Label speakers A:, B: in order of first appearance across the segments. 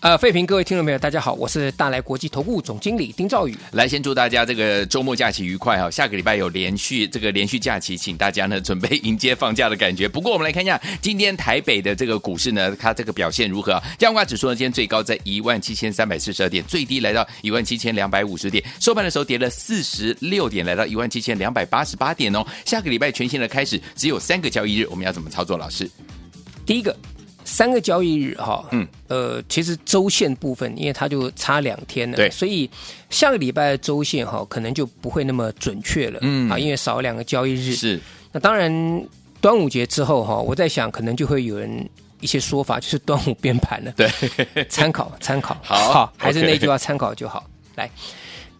A: 呃，费评各位听众朋友，大家好，我是大来国际投顾总经理丁兆宇。
B: 来，先祝大家这个周末假期愉快哈、下个礼拜有连续这个连续假期，请大家呢准备迎接放假的感觉。不过我们来看一下今天台北的这个股市呢，它这个表现如何、啊？加权指数呢，今天最高在一万七千三百四十二点，最低来到一万七千两百五十点，收盘的时候跌了四十六点，来到一万七千两百八十八点哦。下个礼拜全新的开始，只有三个交易日，我们要怎么操作？老师，
A: 第一个，三个交易日哈，
B: 嗯
A: 嗯，呃，其实周线部分，因为它就差两天了，
B: 对
A: 所以下个礼拜的周线哈，可能就不会那么准确了，
B: 嗯
A: 嗯，啊，因为少两个交易日。
B: 是
A: 那当然，端午节之后哈，我在想，可能就会有人一些说法，就是端午 变盘了，
B: 对，
A: 参考参考，
B: 好
A: 还是那
B: OK
A: 句话，参考就好。来，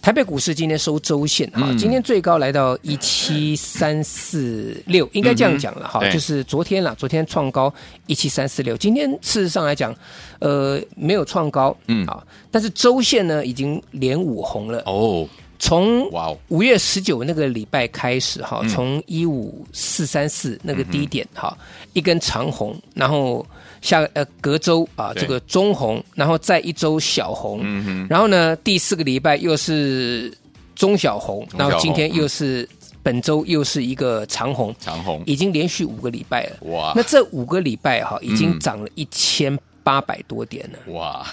A: 台北股市今天收周线哈，
B: 嗯
A: 今天最高来到一七三四六，应该这样讲了
B: 嗯
A: 哈
B: 哼，对
A: 就是昨天啦，昨天创高一七三四六，今天事实上来讲，呃，没有创高，
B: 嗯
A: 啊，但是周线呢已经连五红了，
B: 哦，
A: 从
B: 哇哦，
A: 五月十九那个礼拜开始哈，
B: 嗯
A: 从一五四三四那个低点哈，一根长红，然后下呃隔周啊
B: 对嗯
A: 这个中红，然后再一周小红，然后呢第四个礼拜又是中小红，
B: 中小红
A: 然后今天又是本周又是一个长红，
B: 长虹，
A: 已经连续五个礼拜了。
B: 嗯哇，
A: 那这五个礼拜哈，已
B: 嗯
A: 经涨了一千八百多点了。
B: 哇，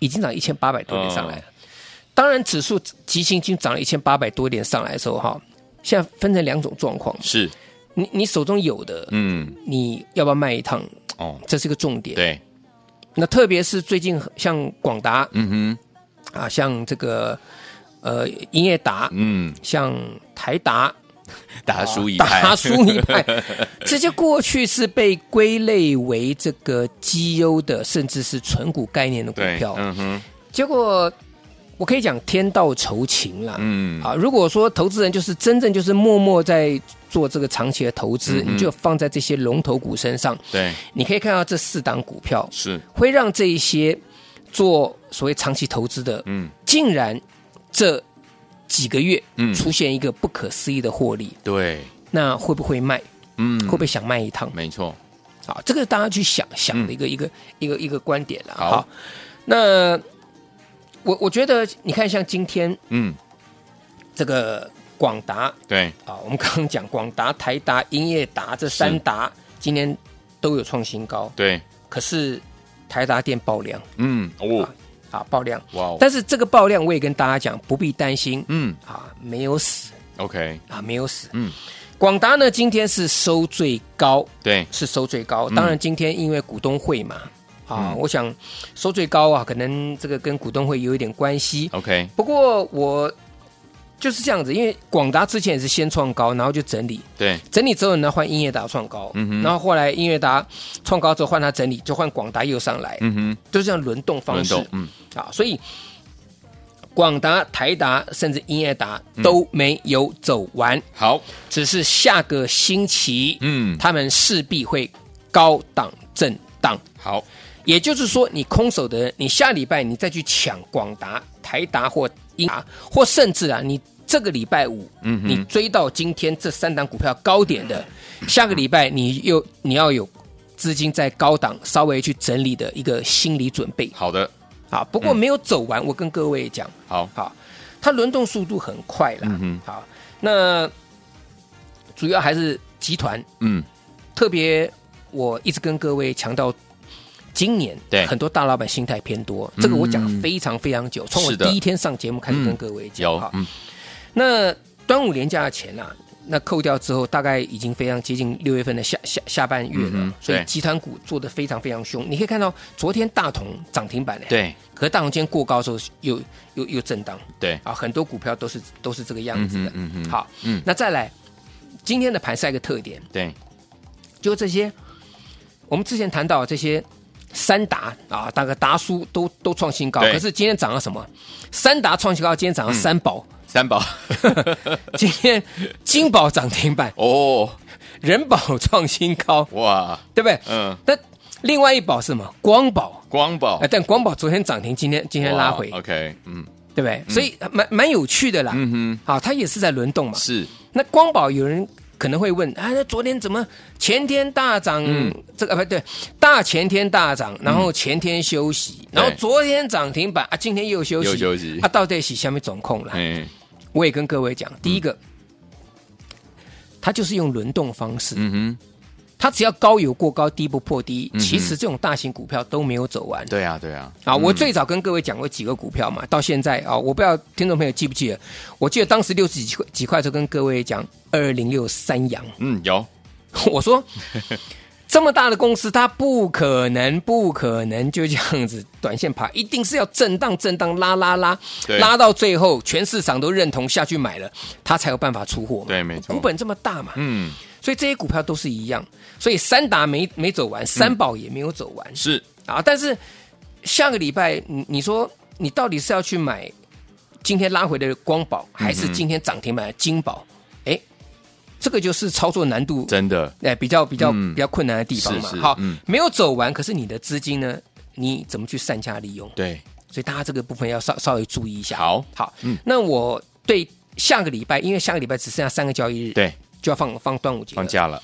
A: 已经涨一千八百
B: 哦
A: 多点上来了。当然，指数急行经涨了一千八百多点上来的时候，哈，现在分成两种状况。
B: 是，
A: 你你手中有的，
B: 嗯，
A: 你要不要卖一趟？
B: 哦，
A: 这是一个重点。
B: 对，
A: 那特别是最近像广达
B: 嗯哼，
A: 啊，像这个呃英业达，
B: 嗯。
A: 像台达、
B: 达叔一派，
A: 达叔一派，这些过去是被归类为这个绩优的，甚至是纯股概念的股
B: 对，
A: 票。
B: 嗯哼，
A: 结果我可以讲天道酬勤啦。
B: 嗯，
A: 啊，如果说投资人就是真正就是默默在做这个长期的投资，
B: 嗯嗯
A: 你就放在这些龙头股身上，
B: 对，
A: 你可以看到这四档股票
B: 是，
A: 会让这一些做所谓长期投资的，
B: 嗯，
A: 竟然这几个月
B: 嗯
A: 出现一个不可思议的获利，
B: 对，
A: 那会不会卖？
B: 嗯，
A: 会不会想卖一趟？
B: 没错，
A: 啊，这个大家去想想的一个、一个一个一个观点了。
B: 嗯好，
A: 那我我觉得你看，像今天
B: 嗯，
A: 这个广达
B: 对，
A: 啊，我们刚刚讲广达、台达、英业达这三达今天都有创新高，
B: 对，
A: 可是台达电爆量
B: 嗯，哦，
A: 啊，爆量。
B: 哇哦，
A: 但是这个爆量我也跟大家讲，不必担心
B: 嗯
A: 啊，没有死
B: ，OK，
A: 啊，没有死。
B: 嗯，
A: 广达呢今天是收最高，
B: 对，
A: 是收最高。
B: 嗯
A: 当然，今天因为股东会嘛，啊，
B: 嗯
A: 我想收最高啊，可能这个跟股东会有一点关系。
B: ，OK，
A: 不过我就是这样子，因为广达之前也是先创高，然后就整理，
B: 对，
A: 整理之后呢换英业达创高，
B: 嗯哼
A: 然后后来英业达创高之后换它整理，就换广达又上来，
B: 嗯哼，
A: 就这样轮动方式
B: 轮动嗯，
A: 啊，所以。广达、台达甚至英业达
B: 嗯
A: 都没有走完，
B: 好，
A: 只是下个星期，
B: 嗯，
A: 他们势必会高档震荡。
B: 好，
A: 也就是说，你空手的人，你下礼拜你再去抢广达、台达或英达，或甚至啊，你这个礼拜五，
B: 嗯哼嗯
A: 你追到今天这三档股票高点的，下个礼拜你又你要有资金在高档稍微去整理的一个心理准备
B: 好的，
A: 啊。不过没有走完，我跟各位讲，
B: 好，
A: 好，它轮动速度很快啦。
B: 嗯
A: 好，那主要还是集团
B: 嗯，
A: 特别我一直跟各位强调，今年
B: 对
A: 很多大老板心态偏多，这个我讲非常非常久，从我
B: 是的
A: 第一天上节目开始
B: 嗯
A: 跟各位讲
B: 有
A: 哈，。
B: 嗯，
A: 那端午连假前啊，那扣掉之后，大概已经非常接近六月份的下下下半月了，
B: 嗯哼
A: 所以
B: 对
A: 集团股做的非常非常凶。你可以看到昨天大同涨停板嘞，，
B: 对
A: 可是大同今天过高的时候又又又震荡
B: 对，
A: 啊，很多股票都是都是这个样子的。
B: 嗯哼嗯哼
A: 好，
B: 嗯
A: 那再来今天的盘赛一个特点，
B: 对
A: 就这些，我们之前谈到这些三达啊，大概达叔都都创新高，
B: 对嗯
A: 可是今天涨了什么？三达创新高，今天涨了三宝，
B: 三宝
A: 今天金宝涨停板，
B: 哦
A: 人保创新高，
B: 哇，
A: 对不对？
B: 嗯，
A: 那另外一宝是什么？光宝。
B: 光宝
A: 哎，但光宝昨天涨停，今天今天拉回
B: 哇，，OK，嗯
A: 对不对？所以蛮蛮有趣的啦。
B: 嗯
A: 好，它也是在轮动嘛
B: 哼，。 是
A: 那光宝有人可能会问，啊，那昨天怎么前天大涨，
B: 嗯
A: 这个啊不对，大前天大涨，然后前天休息，然后昨天涨停板啊，今天又休
B: 嗯
A: 息，
B: 又休息嗯
A: 啊，到底是下面总控了？
B: 哎，
A: 我也跟各位讲，第一个，它就是用轮动方式，
B: 嗯哼，
A: 它只要高有过高，低不破低，
B: 哼
A: 其实这种大型股票都没有走完。
B: 对啊对啊，
A: 啊，我最早跟各位讲过几个股票嘛，到现在啊，我不知道听众朋友记不记得，我记得当时六十几块几块的时候跟各位讲二零六三阳，
B: 嗯有，
A: 我说这么大的公司，它不可能不可能就这样子短线爬，一定是要震荡震荡拉拉拉
B: 对，
A: 拉到最后全市场都认同下去买了，它才有办法出货嘛。
B: 对没错
A: 股本这么大嘛，
B: 嗯
A: 所以这些股票都是一样，所以三达没没走完，三
B: 嗯
A: 宝也没有走完。
B: 是
A: 啊，但是下个礼拜，你你说你到底是要去买今天拉回的光宝，还
B: 嗯
A: 是今天涨停板的金宝？哎、这个就是操作难度
B: 真的，
A: 哎比较比较、
B: 嗯
A: 比较困难的地方嘛。
B: 是是
A: 好、
B: 嗯
A: 没有走完，可是你的资金呢，你怎么去善加利用？
B: 对，
A: 所以大家这个部分要稍稍微注意一下。
B: 好
A: 好，
B: 嗯
A: 那我对下个礼拜，因为下个礼拜只剩下三个交易日，
B: 对，
A: 就要放放端午节了
B: 放假了，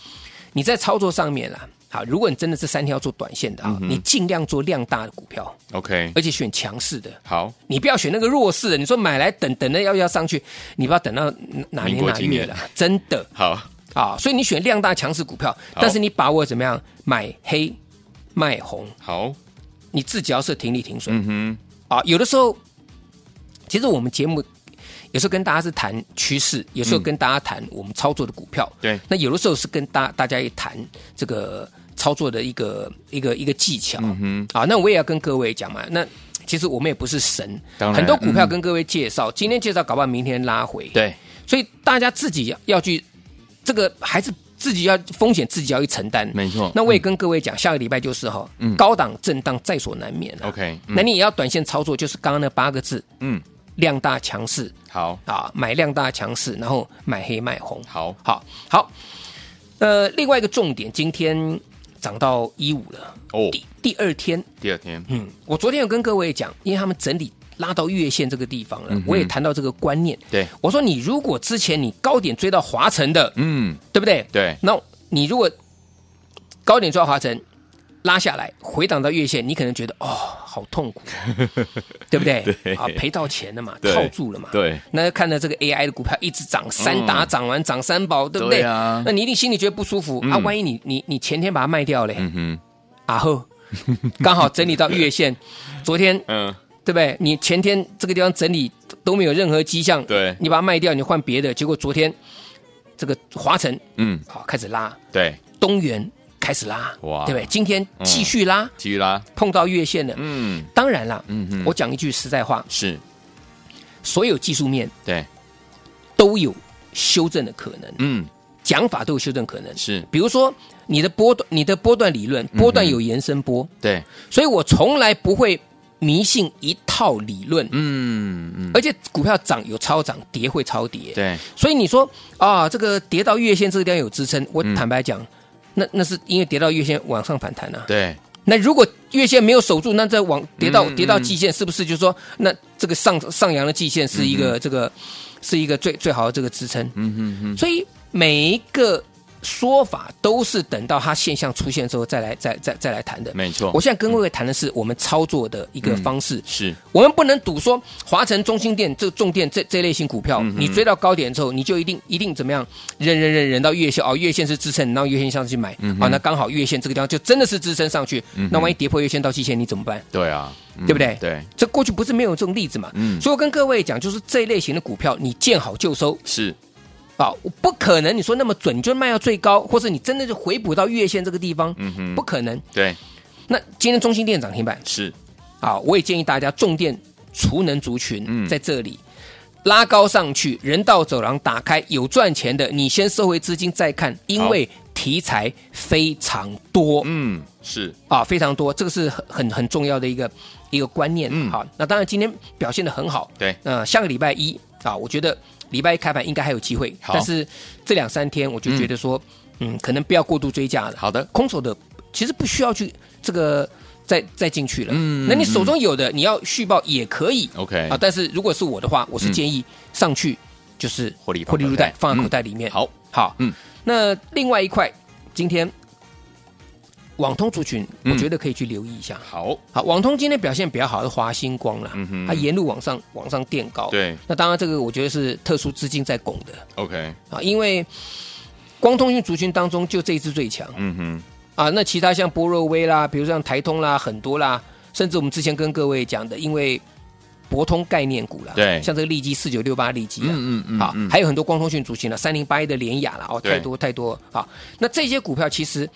A: 你在操作上面啦，好，如果你真的这三天要做短线
B: 嗯
A: 的啊，你尽量做量大的股票，
B: OK，
A: 而且选强势的，
B: 好，
A: 你不要选那个弱势的。你说买来等等的要要上去，你不要等到哪
B: 民
A: 年
B: 国
A: 哪
B: 几
A: 月
B: 年
A: 了，啊真的
B: 好，
A: 啊。所以你选量大强势股票，但是你把握怎么样买黑卖红，
B: 好，
A: 你自己要设停利停损、
B: 嗯
A: 啊。有的时候，其实我们节目。有时候跟大家是谈趋势，有时候跟大家谈我们操作的股票，
B: 嗯对
A: 那有的时候是跟大大家也谈这个操作的一个一个一个技巧。嗯啊，那我也要跟各位讲嘛，那其实我们也不是神，
B: 当然嗯
A: 很多股票跟各位介绍，今天介绍，搞不好明天拉回。
B: 哼，，对，
A: 所以大家自己要要去这个还是。自己要风险，自己要去承担，
B: 没错嗯
A: 那我也跟各位讲，下个礼拜就是哈，高档震荡在所难免啊
B: OK，嗯
A: 那你也要短线操作，就是刚刚那八个字，
B: 嗯，
A: 量大强势
B: 好，
A: 啊，买量大强势，然后买黑卖红。
B: 好，
A: 好好，呃，另外一个重点，今天涨到一五了，
B: 哦，
A: 第第二天，
B: 第二天，
A: 嗯，我昨天有跟各位讲，因为他们整理拉到月线这个地方了，
B: 嗯哼
A: 我也谈到这个观念，
B: 对，
A: 我说你如果之前你高点追到华晨的，
B: 嗯，
A: 对不对？
B: 对，
A: 那你如果高点追到华晨。拉下来，回档到月线，你可能觉得哦，好 痛苦，对不对？
B: 对
A: 啊，赔到钱了嘛，
B: 对
A: 套住了嘛，
B: 对，
A: 那看到这个 AI 的股票一直涨，三打涨完涨三宝，对不
B: 嗯
A: 对？
B: 对啊
A: 那你一定心里觉得不舒服、啊！万一你你你前天把它卖掉嘞，
B: 嗯哼，
A: 啊 呵，刚好整理到月线，昨天
B: 嗯，
A: 对不对？你前天这个地方整理都没有任何迹象，
B: 对
A: 你把它卖掉，你换别的，结果昨天这个华晨
B: 嗯，
A: 好开始拉，
B: 对，
A: 东元开始拉，
B: 哇
A: 对不对？今天继续拉，
B: 继续啦，
A: 碰到月线了。
B: 嗯，
A: 当然啦，
B: 嗯哼
A: 我讲一句实在话，
B: 是，
A: 所有技术面
B: 对，
A: 都有修正的可能。
B: 嗯，
A: 讲法都有修正可能。
B: 是
A: 比如说你的波段，你的波段理
B: 嗯
A: 论，波段有延伸波，
B: 对，
A: 所以我从来不会迷信一套理论。
B: 嗯嗯，
A: 而且股票涨有超涨，跌会超跌。
B: 对，
A: 所以你说啊，这个跌到月线这个地方有支撑，我
B: 嗯
A: 坦白讲，那那是因为跌到月线往上反弹啊。
B: 对，
A: 那如果月线没有守住，那再往跌到
B: 嗯
A: 跌到季线，是不是就是说，那这个上上扬的季线是一个这个是一个最最好的这个支撑？
B: 嗯哼哼，
A: 所以每一个说法都是等到它现象出现之后再来再再再来谈的。
B: 没错嗯
A: 我现在跟各位谈的是我们操作的一个方式，
B: 是，
A: 我们不能赌说华晨、中心店这重电这这类型股票，
B: 嗯
A: 你追到高点之后，你就一定一定怎么样，忍忍忍忍到月线哦，月线是支撑，你到月线上去买，
B: 嗯
A: 啊，那刚好月线这个地方就真的是支撑上去，那万一跌破月线到季线，你怎么办？
B: 对啊，嗯
A: 对不对
B: 对，
A: 这过去不是没有这种例子嘛？
B: 嗯
A: 所以我跟各位讲，就是这类型的股票，你见好就收
B: 是，
A: 啊、好，我不可能你说那么准，你就卖到最高，或是你真的就回补到月线这个地方，
B: 嗯哼
A: 不可能。
B: 对，
A: 那今天中心店涨停板
B: 是，
A: 啊，我也建议大家重电储能族群
B: 嗯
A: 在这里。拉高上去，人道走廊打开，有赚钱的，你先收回资金再看，因
B: 好
A: 为题材非常多。
B: 嗯，是，
A: 啊，非常多，这个是很很很重要的一个一个观念。
B: 嗯
A: 好，那当然今天表现的很好，
B: 对
A: 呃，下个礼拜一啊，我觉得礼拜一开盘应该还有机会，
B: 好
A: 但是这两三天我就觉得说，嗯可能不要过度追价了。
B: 好的
A: 空手的其实不需要去这个再再进去了。
B: 嗯
A: 那你手中有的你要续报也可以
B: ，OK，
A: 啊，但是如果是我的话，我是建议
B: 嗯
A: 上去就是
B: 获利放
A: 获利入袋
B: 口袋，
A: 放
B: 嗯
A: 在口袋里面。
B: 好，
A: 好，
B: 嗯
A: 嗯，那另外一块，今天网通族群，我
B: 嗯
A: 觉得可以去留意一下。
B: 好，
A: 好，网通今天表现比较好的华星光了，
B: 嗯哼
A: 它沿路往上往上垫高。，
B: 对
A: 那当然这个我觉得是特殊资金在拱的
B: ，OK，
A: 啊，因为光通讯族群当中就这一支最强
B: 嗯哼，
A: 啊，那其他像波若威啦，比如像台通啦，很多啦，甚至我们之前跟各位讲的，因为博通概念股啦，
B: 对
A: 像这个利基四九六八利基啊，
B: 嗯嗯嗯，
A: 好
B: 嗯，
A: 还有很多光通讯族群了，三零八一的联雅了，哦，
B: 对
A: 太多太多。好，那这些股票其实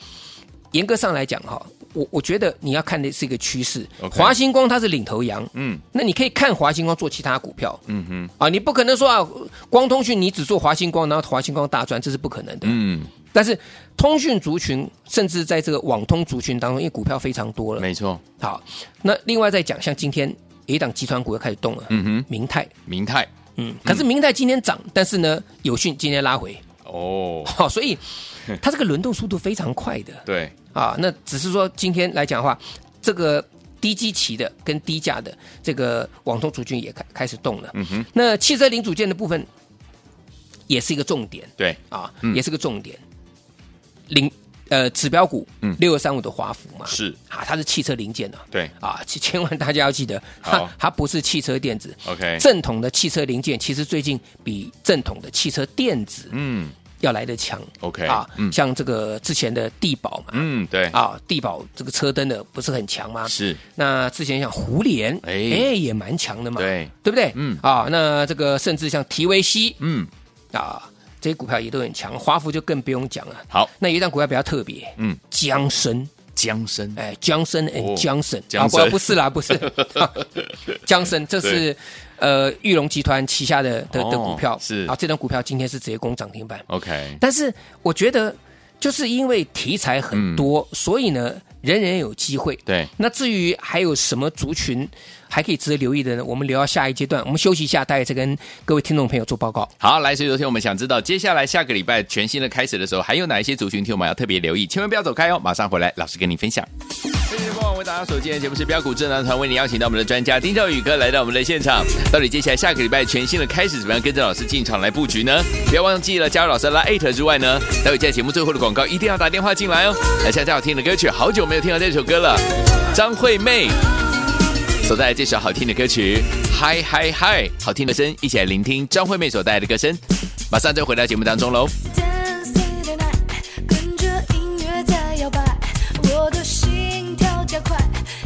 A: 严格上来讲哈，我我觉得你要看的是一个趋势。
B: OK
A: 华星光它是领头羊，
B: 嗯
A: 那你可以看华星光做其他股票
B: 嗯哼，
A: 啊，你不可能说啊，光通讯你只做华星光，然后华星光大赚，这是不可能的。
B: 嗯，
A: 但是通讯族群，甚至在这个网通族群当中，因为股票非常多了。
B: 没错，
A: 好，那另外再讲，像今天有一档集团股又开始动了，
B: 嗯哼，
A: 明泰，
B: 明泰，
A: 嗯，可是明泰今天涨，但是呢，友讯今天拉回。
B: 哦，
A: 好、所以它这个轮动速度非常快的
B: 对，
A: 啊。那只是说今天来讲的话，这个低基期的跟低价的这个网通族群也开开始动了。
B: 嗯哼，
A: 那汽车零组件的部分也是一个重点
B: 对，
A: 啊，
B: 嗯
A: 也是个重点。零呃指标股，
B: 嗯
A: 六二三五的华孚嘛，
B: 是，
A: 啊，它是汽车零件的
B: 对
A: 啊，千千万大家要记得，
B: 好哎
A: 它它不是汽车电子。
B: ，OK，
A: 正统的汽车零件其实最近比正统的汽车电子
B: 嗯
A: 要来得强。
B: ，OK，
A: 啊，
B: 嗯
A: 像这个之前的地保嘛，
B: 嗯，对，
A: 啊，地保这个车灯的不是很强吗？
B: 是，
A: 那之前像胡联，
B: 哎
A: 哎、也蛮强的嘛，
B: 对，
A: 对不对？
B: 嗯
A: 啊，那这个甚至像提维西
B: 嗯，
A: 啊，这些股票也都很强，华孚就更不用讲了。
B: 好，
A: 那有一档股票比较特别，
B: 嗯，
A: 江生，
B: 江生，
A: 哎，江生 and
B: 哦
A: 江生、
B: 江
A: 不
B: 生
A: 不是啦，不是、 啊江生，这是呃玉龙集团旗下的的的
B: 哦
A: 股票，
B: 是
A: 啊，这档股票今天是直接攻涨停板，
B: ，OK，
A: 但是我觉得，就是因为题材很多，所以呢，人人有机会。
B: 嗯对，
A: 那至于还有什么族群还可以值得留意的呢？我们留到下一阶段，我们休息一下，待会再跟各位听众朋友做报告。
B: 好，来，所以昨天我们想知道，接下来下个礼拜全新的开始的时候，还有哪一些族群听我们要特别留意，千万不要走开哦，马上回来，老师跟你分享。谢谢光为大家所见，节目是标股智囊团为你邀请到我们的专家丁兆宇哥来到我们的现场。到底接下来下个礼拜全新的开始，怎么样跟着老师进场来布局呢？不要忘记了加入老师的拉 at 之外呢，待会在节目最后的广告一定要打电话进来哦。来，现在好听的歌曲，好久没有听到这首歌了，张惠妹。所带来这首好听的歌曲《嗨嗨嗨》，好听的声，一起来聆听张惠妹所带来的歌声。马上就回到节目当中喽。
C: Dancing the night，跟着音乐在摇摆，我的心跳加快，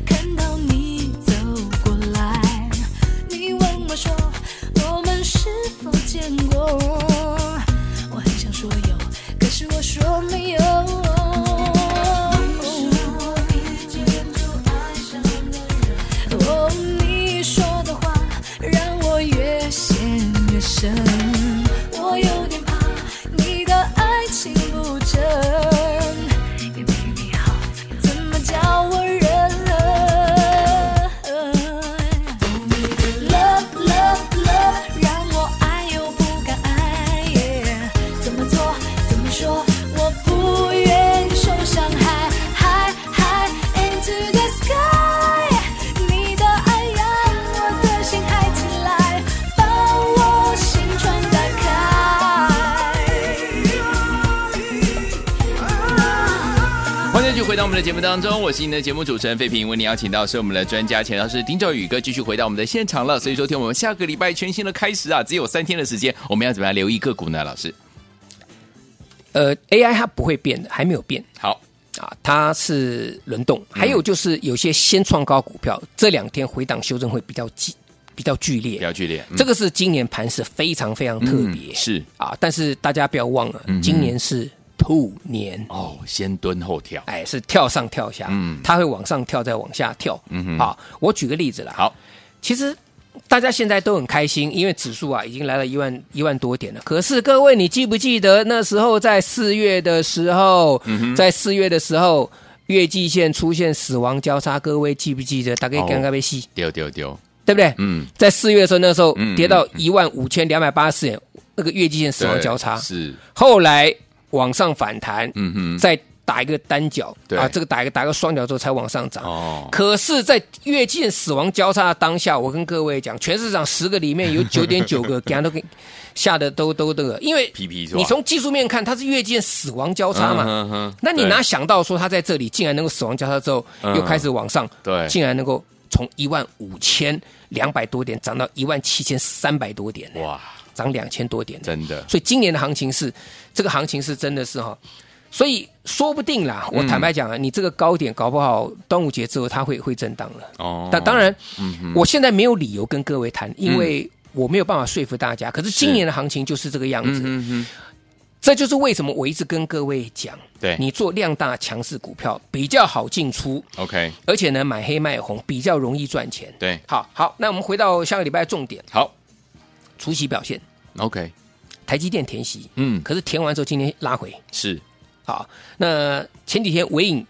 C: 看到你走过来，你问我说我们是否见过？我很想说有，可是我说没有。你说一见就爱上的人，哦，你说的话让我越陷越深，我有点怕你的爱情不真。也没你好，怎么叫我人？Love love love，让我爱又不敢爱耶，怎么做怎么说，我不愿受伤害。High high into the sky，你的爱让我的心嗨起来，把我心窗打开。
B: 欢迎继续回到我们的节目当中，我是您的节目主持人费平，为您邀请到是我们的专家钱老师丁兆宇哥继续回到我们的现场了。所以说，听我们下个礼拜全新的开始啊，只有三天的时间，我们要怎么样留意个股呢？老师，
A: 呃，AI 它不会变的，还没有变
B: 好，
A: 啊，它
B: 嗯
A: 是轮动。还有就是有些先创高股票，这两天回档修正会比较激。比较剧烈，
B: 比较剧烈嗯
A: 这个是今年盘是非常非常特别，
B: 嗯是
A: 啊，但是大家不要忘了，
B: 嗯哼
A: 今年是兔年。
B: 哦，先蹲后跳，
A: 哎，是跳上跳下，
B: 嗯
A: 它会往上跳，再往下跳，
B: 嗯哼
A: 好，我举个例子啦，
B: 好，
A: 其实大家现在都很开心，因为指数啊已经来了一万一万多点了。可是各位，你记不记得那时候在四月的时候，
B: 嗯
A: 在四月的时候，月季线出现死亡交叉，各位记不记得？大概
B: 哦
A: 刚刚被吸，
B: 丢丢丢，
A: 对不对？
B: 嗯，
A: 在四月的时候，那时候
B: 嗯
A: 跌到一万五千两百八十点，那个月季线死亡
B: 对
A: 交叉，
B: 是，哦
A: 后来往上反弹，
B: 嗯哼，
A: 再打一个单脚，
B: 对
A: 啊，这个打一个打一个双脚之后才往上涨。
B: 哦，
A: 可是，在月见死亡交叉的当下，我跟各位讲，全市场十个里面有九点 九个，给他都给吓得都都都，因为
B: 皮皮是吧
A: 你从技术面看，它是月见死亡交叉嘛。
B: 嗯哼哼
A: 那你
B: 对
A: 哪想到说它在这里竟然能够死亡交叉之后，
B: 嗯
A: 又开始往上，
B: 对
A: 竟然能够从一万五千两百多点涨到一万七千三百多点呢，
B: 哇，
A: 涨两千多点呢。
B: 真的，
A: 所以今年的行情是这个行情是真的是哈，所以说不定
B: 嗯
A: 啦，我坦白讲啊，你这个高点搞不好端午节之后它会会震荡了。
B: 哦
A: 但当，然，我现在没有理由跟各位谈，因
B: 嗯
A: 为我没有办法说服大家。可是今年的行情就是这个样
B: 嗯
A: 子，
B: 哼哼，
A: 这就是为什么我一直跟各位讲，
B: 对
A: 你做量大强势股票比较好进出，
B: ，OK，
A: 而且呢买黑卖红比较容易赚钱。
B: 对，
A: 好好，那我们回到下个礼拜的重点，
B: 好
A: 除夕表现，
B: ，OK，
A: 台积电填息，
B: 嗯，
A: 可是填完之后今天拉回。
B: 是，
A: 好，那前几天尾影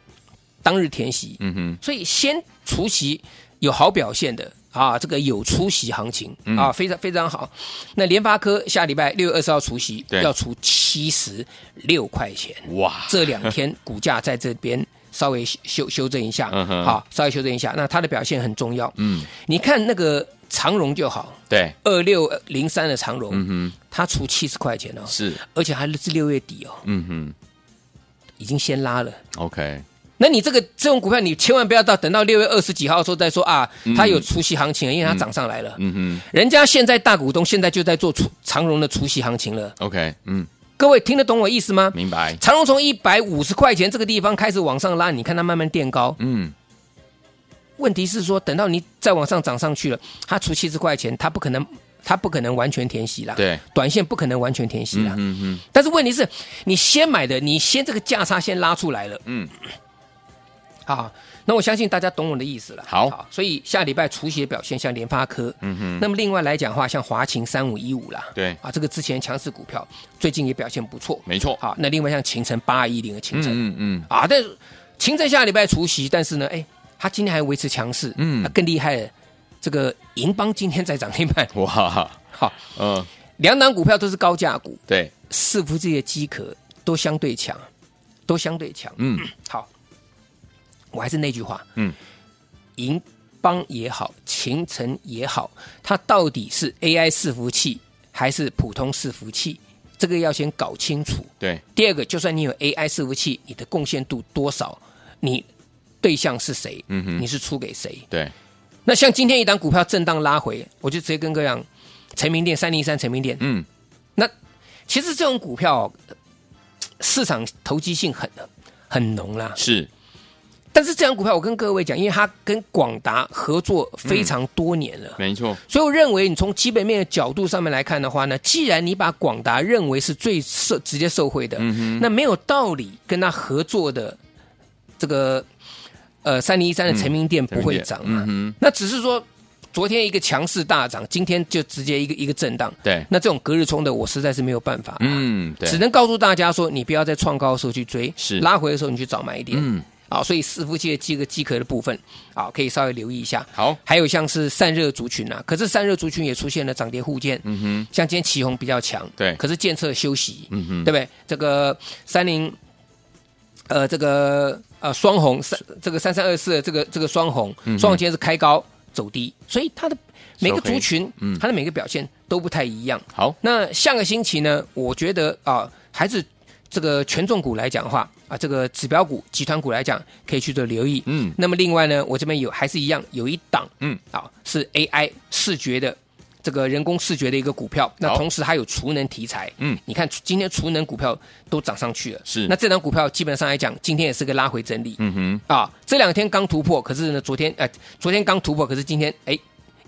A: 当日填息，
B: 嗯哼，
A: 所以先除息有好表现的啊，这个有出息行情
B: 嗯
A: 啊，非常非常好。那联发科下礼拜六月二十号除息
B: 对
A: 要除七十六块钱，
B: 哇，
A: 这两天股价在这边稍微修修正一下，
B: 嗯哼
A: 好，稍微修正一下。那它的表现很重要，
B: 嗯，
A: 你看那个长荣就好，
B: 对，
A: 二六零三的长荣，
B: 嗯
A: 它除七十块钱哦
B: 哼，，是，
A: 而且还是六月底哦，
B: 嗯
A: 已经先拉了。
B: 哼，OK，
A: 那你这个这种股票，你千万不要到等到六月二十几号的时候再说啊，它有除息行情了，因为它涨上来了。
B: 嗯
A: 人家现在大股东现在就在做除长荣的除息行情了，
B: 哼，OK，嗯，
A: 各位听得懂我意思吗？
B: 明白，
A: 长荣从一百五十块钱这个地方开始往上拉，你看它慢慢垫高。
B: 嗯，
A: 问题是说，等到你再往上涨上去了，它除七十块钱，它不可能，它不可能完全填息啦。
B: 对，
A: 短线不可能完全填息啦。
B: 嗯哼，
A: 但是问题是，你先买的，你先这个价差先拉出来了，
B: 嗯，
A: 好，那我相信大家懂我的意思了。
B: 好
A: 所以下礼拜除夕的表现像联发科，嗯
B: 哼
A: 那么另外来讲的话，像华勤三五一五啦，
B: 对
A: 啊，这个之前强势股票最近也表现不错。
B: 没错，
A: 好，那另外像秦城八一零的秦城、
B: 嗯嗯
A: 啊，但是秦城下礼拜除夕，但是呢，哎，它今天还维持强势，
B: 嗯
A: 那更厉害的，这个银邦今天在涨停板，
B: 嗯，哇，
A: 好，
B: 嗯，
A: 两档股票都是高价股，
B: 对，
A: 伺服器的机壳都相对强，都相对强。
B: 嗯，
A: 好，我还是那句话，
B: 嗯，
A: 银邦也好，秦城也好，它到底是 AI 伺服器还是普通伺服器，这个要先搞清楚。
B: 对，
A: 第二个，就算你有 AI 伺服器，你的贡献度多少，你对象是谁，
B: 嗯哼
A: 你是出给谁？
B: 对，
A: 那像今天一档股票震荡拉回，我就直接跟各位讲，成名店三零三成名店，
B: 嗯，
A: 那其实这种股票哦、呃市场投机性很很浓啦。
B: 是，
A: 但是这张股票，我跟各位讲，因为它跟广达合作
B: 嗯
A: 非常多年了，
B: 没错，
A: 所以我认为你从基本面的角度上面来看的话呢，既然你把广达认为是最受直接受惠的，
B: 嗯
A: 那没有道理跟他合作的这个呃三零一三的成名店不会涨啊，
B: 嗯
A: 那只是说。昨天一个强势大涨，今天就直接一个一个震荡。
B: 对
A: 那这种隔日冲的，我实在是没有办法。
B: 嗯，对，
A: 只能告诉大家说，你不要在创高的时候去追，
B: 是
A: 拉回的时候你去找买点。
B: 嗯，
A: 啊，所以伺服器的机个机壳的部分啊，可以稍微留意一下。
B: 好
A: 还有像是散热族群啊，可是散热族群也出现了涨跌互见。嗯哼，像今天旗宏比较强，
B: 对
A: 可是建测休息，
B: 嗯哼
A: 对不对？这个三零，呃，这个呃双红三，这个三三二四的这个这个双红，双红今天是开高走低，所以它的每个
B: 嗯收黑
A: 族群，
B: 嗯
A: 它的每个表现都不太一样。
B: 好，
A: 那下个星期呢，我觉得啊，还是这个权重股来讲的话啊，这个指标股、集团股来讲，可以去做留意。
B: 嗯
A: 那么另外呢，我这边有还是一样有一档，
B: 嗯，
A: 啊，是 AI 视觉的这个人工视觉的一个股票。那
B: 好
A: 同时还有储能题材，
B: 嗯
A: 你看今天储能股票都涨上去了，
B: 是
A: 那这档股票基本上来讲，今天也是个拉回整理，嗯
B: 嗯哼，
A: 啊，这两天刚突破，可是呢，昨天哎、呃昨天刚突破，可是今天哎。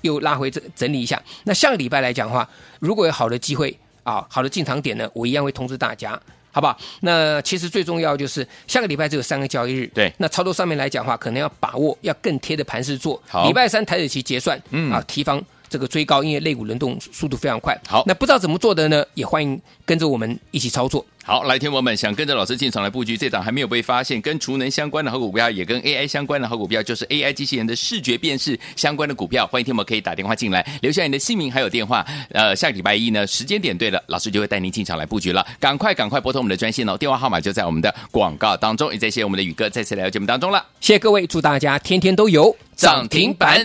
A: 又拉回整整理一下。那下个礼拜来讲的话，如果有好的机会啊，好的进场点呢，我一样会通知大家。好不好？那其实最重要就是下个礼拜只有三个交易日，
B: 对
A: 那操作上面来讲的话，可能要把握，要更贴的盘势做。
B: 好
A: 礼拜三台子期结算，
B: 嗯
A: 啊，提防这个追高，因为肋骨轮动速度非常快。
B: 好
A: 那不知道怎么做的呢，也欢迎跟着我们一起操作。
B: 好，来，天王们想跟着老师进场来布局这档还没有被发现，跟储能相关的好股票，也跟 AI 相关的好股票，就是 AI 机器人的视觉辨识相关的股票，欢迎天王可以打电话进来，留下你的姓名还有电话。呃，下个礼拜一呢，时间点对了，老师就会带您进场来布局了。赶快赶快拨通我们的专线哦，电话号码就在我们的广告当中。也再谢谢我们的宇哥再次来到节目当中了，
A: 谢谢各位，祝大家天天都有
B: 涨停板。